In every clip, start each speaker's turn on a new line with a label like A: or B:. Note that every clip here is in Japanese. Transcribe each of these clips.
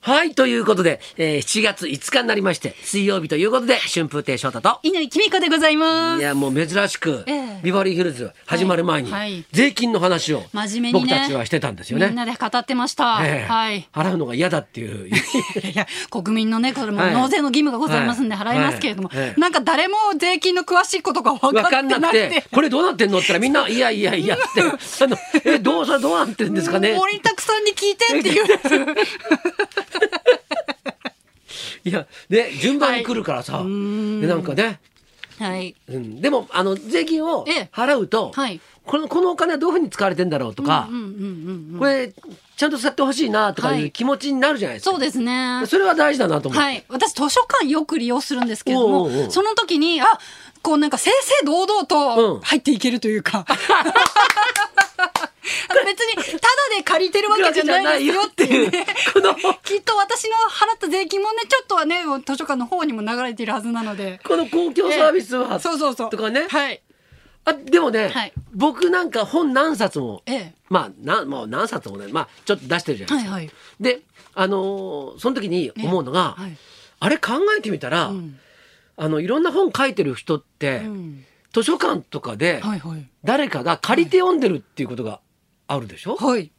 A: はい、ということで、えー7月5日になりまして、水曜日ということで、春風亭昇太と、
B: 犬井君子でござい
A: い
B: ます。
A: や、もう珍しく
B: ええ、
A: ビバリーヒルズ始まる前に
B: はいはい、
A: 税金の話を
B: 真面目に
A: 僕
B: ね。
A: たちはしてたんですよね。
B: みんなで語ってました。
A: ええ
B: はい。
A: 払うのが嫌だって いう。
B: いや国民のね、これも
A: はい
B: 納税の義務がございますんで
A: はい
B: 払いますけれども、
A: はい
B: なんか誰も税金の詳しいことが分
A: わ
B: か
A: か
B: っ
A: ん
B: て
A: な
B: な
A: く
B: くて、
A: て、これどうなってんのって言ったらみんな、いやいやいやって、あの、え、どうさ、どうなってんですかね。
B: 森拓さんに聞いてっていう
A: いや、ね、順番に来るからさ、でなんかね、
B: はい。
A: うん、でもあの税金を
B: ええ
A: 払うと、
B: はい
A: このこのお金はどういうふうに使われてんだろうとか、
B: うんうんうん。
A: これちゃんと使ってほしいなとか
B: はいいう
A: 気持ちになるじゃないですか、
B: そうですね。
A: それは大事だなと思う、
B: はい、私図書館よく利用するんですけれども
A: おうおうおう
B: その時にあこうなんか正々堂々
A: うん
B: と入っていけるというか、 あの別にただで借りてるわけじゃないですよっていうね
A: この
B: きっと私の払った税金もねちょっとはね図書館の方にも流れているはずなので
A: この公共サービスは、
B: そうそうそう
A: とかね、
B: はい
A: あでもね、
B: はい
A: 僕なんか本何冊も、
B: ええ
A: まあなまあ何冊もねまあちょっと出してるじゃない
B: は
A: で
B: い
A: すか、
B: はい
A: であのーその時に思うのが、
B: ええはい
A: あれ考えてみたら、
B: うん
A: あのいろんな本書いてる人って、
B: うん
A: 図書館とかで、
B: はいはい
A: 誰かが借りて読んでるっていうことがあるでしょ、
B: はい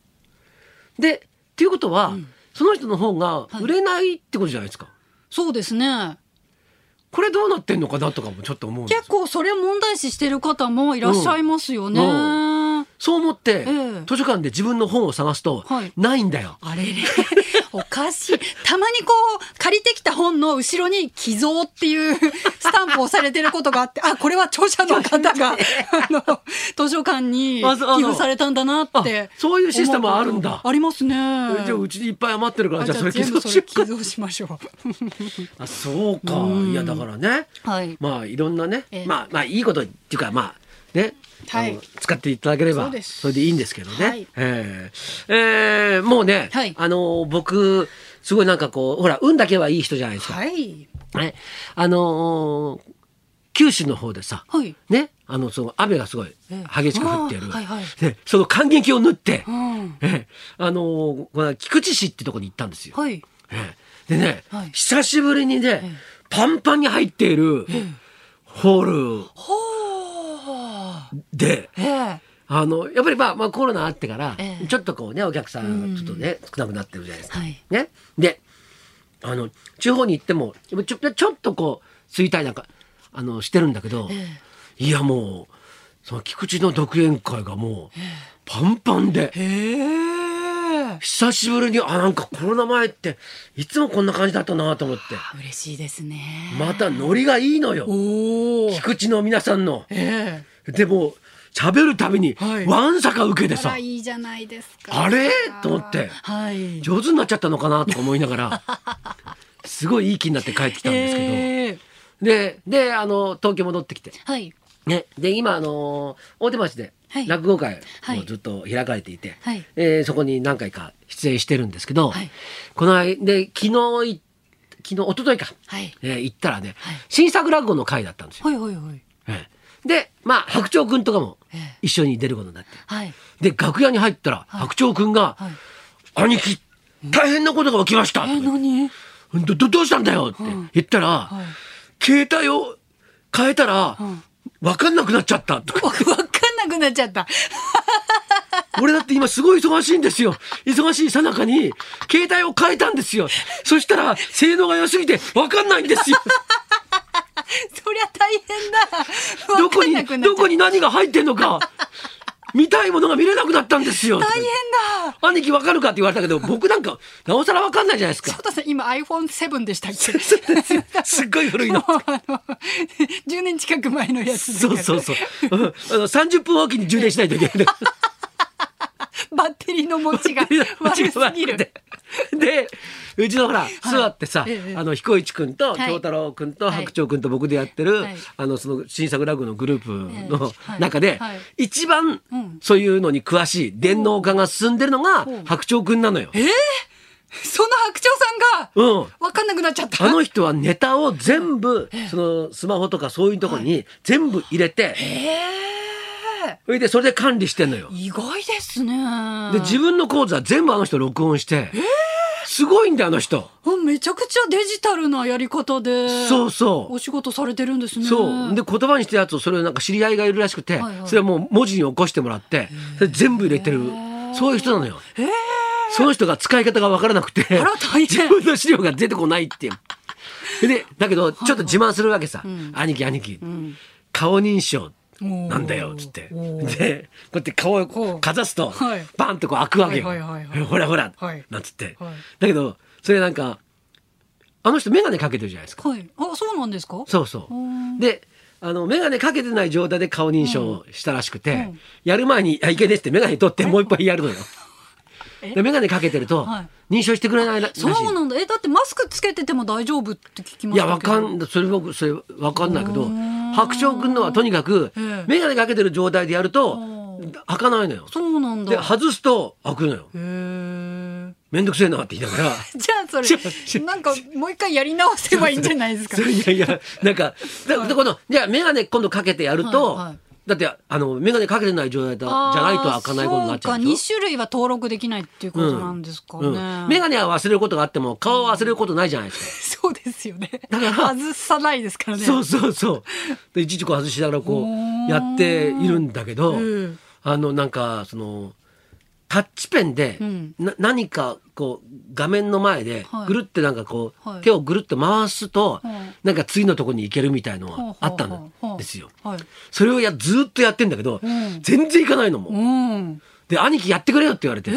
A: でっていうことは、その人の本が
B: はい
A: 売れないってことじゃないですか、
B: そうですね
A: これどうなってんのかなとかもちょっと思うんですよ
B: 結構それを問題視してる方もいらっしゃいますよね、
A: うんうそう思って、
B: ええ
A: 図書館で自分の本を探すと、
B: はい
A: ないんだよ
B: あれれ おかしい。たまにこう、借りてきた本の後ろに寄贈っていう スタンプをされてることがあって、あ、これは著者の 方が、あの、図書館に
A: あそうあそう
B: 寄付されたんだなっ
A: あ
B: て。
A: そういうシステムあるんだ
B: ありますね。
A: じゃあうちにいっぱい余ってるから
B: あ
A: じ
B: じ
A: ゃ
B: ゃ
A: あ
B: あ
A: それ寄
B: 全部
A: 贈
B: そ
A: し
B: れ
A: よう
B: 寄贈しまし ょ
A: あそうかいやだからね
B: う。はい。
A: まあいろんなね、
B: ええ
A: まあまあいいことっていうかまあね、
B: はい
A: あの使っていただければ
B: そう
A: そ
B: です
A: れでいいんですけどね、
B: はい
A: ええええもうね、
B: はい
A: あの僕すごいなんかこうほら運だけはいい人じゃないですか、
B: はい。
A: ねあのー九州の方でさ、
B: はい
A: ねあのその雨がすごい
B: ええ
A: 激しく降っている、
B: ああはいはい
A: ねその還元器を縫って、
B: うん。
A: ええあのーこの間菊池市ってとこに行ったんですよ。
B: はい。
A: ええでね、
B: はい
A: 久しぶりにね、
B: ええ
A: パンパンに入っているホール
B: ほー。
A: で、
B: ええ。
A: あのやっぱりまあまあコロナあってから、
B: ええ
A: ちょっとこうねお客さんちょっとね、少なくなってるじゃないですか。
B: はい
A: ね、であの地方に行ってもやっぱちょちょっとこう衰退なんかあのしてるんだけど、
B: え
A: いやもうその菊池の独演会がもう、パンパンで。
B: へえ。
A: 久しぶりにあなんかコロナ前っていつもこんな感じだったなと思って
B: あ嬉しいですね。
A: またノリがいいのよ
B: おお。
A: 菊池の皆さんの
B: ええ。
A: でも喋るたびに
B: はい
A: わんさか受けて
B: あ
A: さ、
B: らいいじゃないですか。
A: あれと思って
B: はい。
A: 上手になっちゃったのかなとか思いなが らすごいいい気になって帰ってきたんですけど、
B: えー
A: でであの東京戻ってきて、
B: はい。
A: ね、で今あの大手町で
B: はい
A: 落語会
B: はい
A: をずっと開かれていて、
B: はい
A: えーそこに何回か出演してるんですけど、
B: はい
A: この間で昨日い昨日一昨日か、
B: はい。
A: えー行ったらね、
B: はい
A: 新作落語の会だったんですよ。
B: はいはいはい。
A: ええでまあ白鳥くんとかも
B: ええ
A: 一緒に出ることになって、
B: はい。
A: で楽屋に入ったら
B: はい
A: 白鳥くんが
B: はい。
A: 「兄貴大変なことが起きました」
B: え
A: とか言って
B: 何
A: どどどうしたんだよ」って
B: うん
A: 言ったら
B: はい
A: 「携帯を変えたら
B: うん
A: 分かんなくなっちゃった」とか
B: わわかんなくなっちゃった。
A: 俺だって今すごい忙しいんですよ。忙しいさなかに、携帯を変えたんですよ。そしたら、性能が良すぎて分かんないんです よ。
B: そりゃ大変だ。
A: どこ
B: わかんなく
A: に、
B: なっ
A: ど
B: ちゃ
A: こ
B: った
A: に何が入ってんのか、見たいものが見れなくなったんですよ。
B: 大変だ。
A: 兄貴分かるかって言われたけど、僕なんか、なおさら分かんないじゃないです
B: ちょ
A: か
B: っ。とさん、今 iPhone7 でしたっけ
A: すっごい古いの。
B: もうあの10年近く前のやつだ
A: そ
B: か
A: う
B: ら
A: そうそう。うんあの30分おきに充電しないといけない。
B: バッテリーの持ち が悪すぎる。
A: でうちのほら座ってさ、
B: ええ
A: あの彦一君と
B: はい
A: 京太郎君と
B: はい
A: 白鳥君と僕でやってる、
B: はい
A: あのその新作落語のグループの
B: ええはい
A: 中で、
B: はい
A: 一番
B: うん
A: そういうのに詳しい電脳化が進んでるのが
B: ほう
A: 白鳥君なのよ。
B: その白鳥さんが、
A: うん
B: わかんなくなっちゃった。
A: あの人はネタを全部
B: ええ
A: そのスマホとかそういうとこに全部入れて
B: ええ
A: それでそれで管理してんのよ。
B: 意外ですね。
A: で自分の講座全部あの人録音してすごいんだよあの人
B: うんめちゃくちゃデジタルなやり方で
A: そうそう
B: お仕事されてるんですね
A: そうで言葉にしたやつをそれをなんか知り合いがいるらしくて、
B: はいはい
A: それはもう文字に起こしてもらってそれ全部入れてるそういう人なのよ
B: へえ
A: その人が使い方が分からなくて
B: あら大変
A: 自分の資料が出てこないっていうでだけどちょっと自慢するわけさ、
B: ん
A: 兄貴兄貴、
B: ん
A: 顔認証なんだよっつって
B: おー
A: でこうやって顔
B: お
A: を
B: う
A: かざすと
B: はい
A: バンとこう開くわけよ、
B: はいはいはいはい
A: ほらほら、
B: はい
A: なんつって、
B: はい
A: だけどそれなんかあの人眼鏡かけてるじゃないですか
B: はいあそうなんですか
A: そうそう
B: ー
A: う。で、あの、メガネかけてない状態で顔認証をしたらしくて、
B: ん
A: やる前に、あ、いけねえってメガネ取ってもう一杯やるのよ。
B: え
A: で、メガネかけてると
B: はい、
A: 認証してくれないらしい。
B: そうなんだえだってマスクつけてても大丈夫って聞きま
A: い
B: したけど
A: や、わかん、それ僕、それわかんないけ
B: う
A: ど
B: ーん、
A: 白鳥くんのはとにかく
B: ええ、
A: メガネかけてる状態でやると
B: うん、
A: 開かないのよ。
B: そうなんだ
A: で、外すと開くのよ。
B: へえ
A: めんどくせえなって言いながら。
B: じゃあそ
A: ちょち
B: れ
A: ょ
B: なんかもう一回やり直せばいいんじゃないです か
A: それいやいや、なんか、だだからじゃあ、メガネ今度かけてやると、
B: はいはい
A: だって、あの、メガネかけてない状態だじゃないと開かないことになっちゃう
B: あー
A: でしょ。
B: そうか2種類は登録できないっていうことなんですかね、
A: うん、メガネは忘れることがあっても顔は忘れることないじゃないです
B: そうですよね
A: だから
B: 外さないですから
A: か、
B: ね
A: そうそうそうでいちいちこう外しながらこ
B: おー
A: うやっているんだけど、
B: うん
A: あのなんかそのタッチペンで、
B: うん
A: な何かこう画面の前で
B: はい
A: ぐるってなんかこう、
B: はい
A: 手をぐるっと回すと、
B: はい
A: なんか次のとこに行けるみたいのはあったん
B: ほうほうほう
A: ですよ。
B: はい
A: それをやずーっとやってんだけど、
B: うん
A: 全然行かないのもう
B: うん
A: で、兄貴やってくれよって言われて。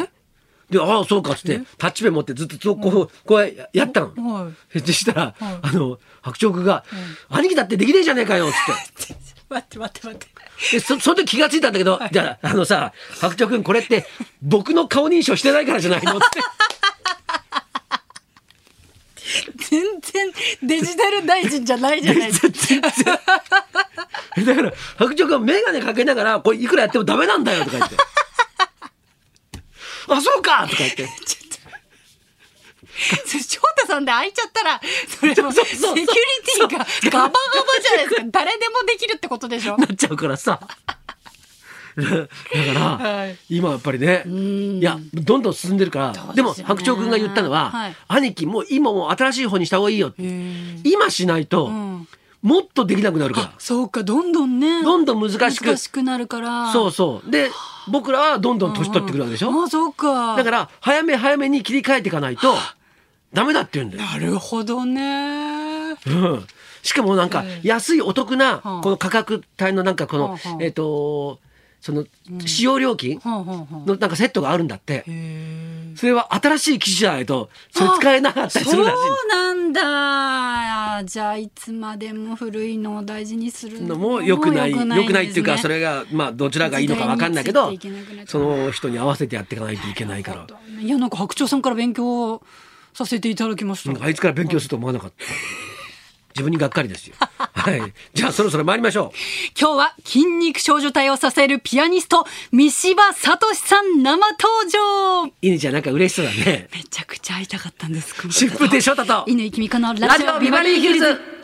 A: で、ああ、そうかっつって、タッチペン持ってずっとこう、こうややったの。
B: は
A: でしたら、
B: はい
A: あの、白鳥くんが、兄貴だってできねえじゃねえかよっつっ
B: 待って待って待って
A: て。で、そ、その 時気がついたんだけど、じゃあ、あのさ、白鳥くんこれって、僕の顔認証してないからじゃないのっつ って。
B: 全然デジタル大臣じゃないじゃないです か
A: だから、白鳥君メガネかけながら、これいくらやってもダメなんだよとか言って。あ、そうかとか言って。
B: それ翔太さんで開いちゃったらそれも
A: そ
B: セ
A: う
B: キ
A: そうそう
B: ュリティがガバガバじゃな いですか誰でもできるってことでしょ
A: なっちゃうからさ。だから、
B: はい
A: 今やっぱりね、いや、どんどん進んでるから、で
B: そうですよね
A: も白鳥くんが言ったのは、
B: はい
A: 兄貴もう今もう新しい方にした方がいいよって。
B: へ
A: 今しないと、
B: ん
A: もっとできなくなるから。
B: そうかどんどんね
A: どんどん難しく。
B: 難しくなるから
A: そうそう。で、僕らはどんどん年取ってくるわけでしょ、
B: あそうか
A: だから、早め早めに切り替えていかないと、ダメだって言うんだよ。
B: なるほどね
A: うんしかもなんか
B: ええ
A: 安いお得な
B: はあ
A: この価格帯のなんかこ
B: は
A: の
B: あはあ
A: えっとその使用料金
B: ほんほんほん
A: のなんかセットがあるんだって
B: へー
A: それは新しい機種じゃないとそれ使えなかったりす
B: そ
A: る
B: う
A: らし
B: なんだじゃあいつまでも古いのを大事にする
A: いのも良くない
B: 良
A: 良
B: んですね
A: くないっていうかそれがまあどちらがいいのかわかんないけど
B: 時代についていけなくなっちゃ
A: そうの人に合わせてやっていかないといけないから
B: いやなんか白鳥さんから勉強させていただきました
A: なんかあいつから勉強すると思わな かった自分にがっかりですよはいじゃあそろそろ参りましょう
B: 今日は筋肉少女隊を支えるピアニスト三柴聡さん生登場め
A: イネちゃんなんか嬉しそうだね
B: ちゃくちゃ会いたかったんですこの方
A: 春風亭昇太と
B: 乾きみかのラ
A: ラ
B: ジ
A: ジ
B: オ
A: オ
B: ビ
A: ビ
B: バ
A: バ
B: リ
A: リ
B: ー
A: ー
B: ヒ
A: ヒル
B: ルズ
A: ズ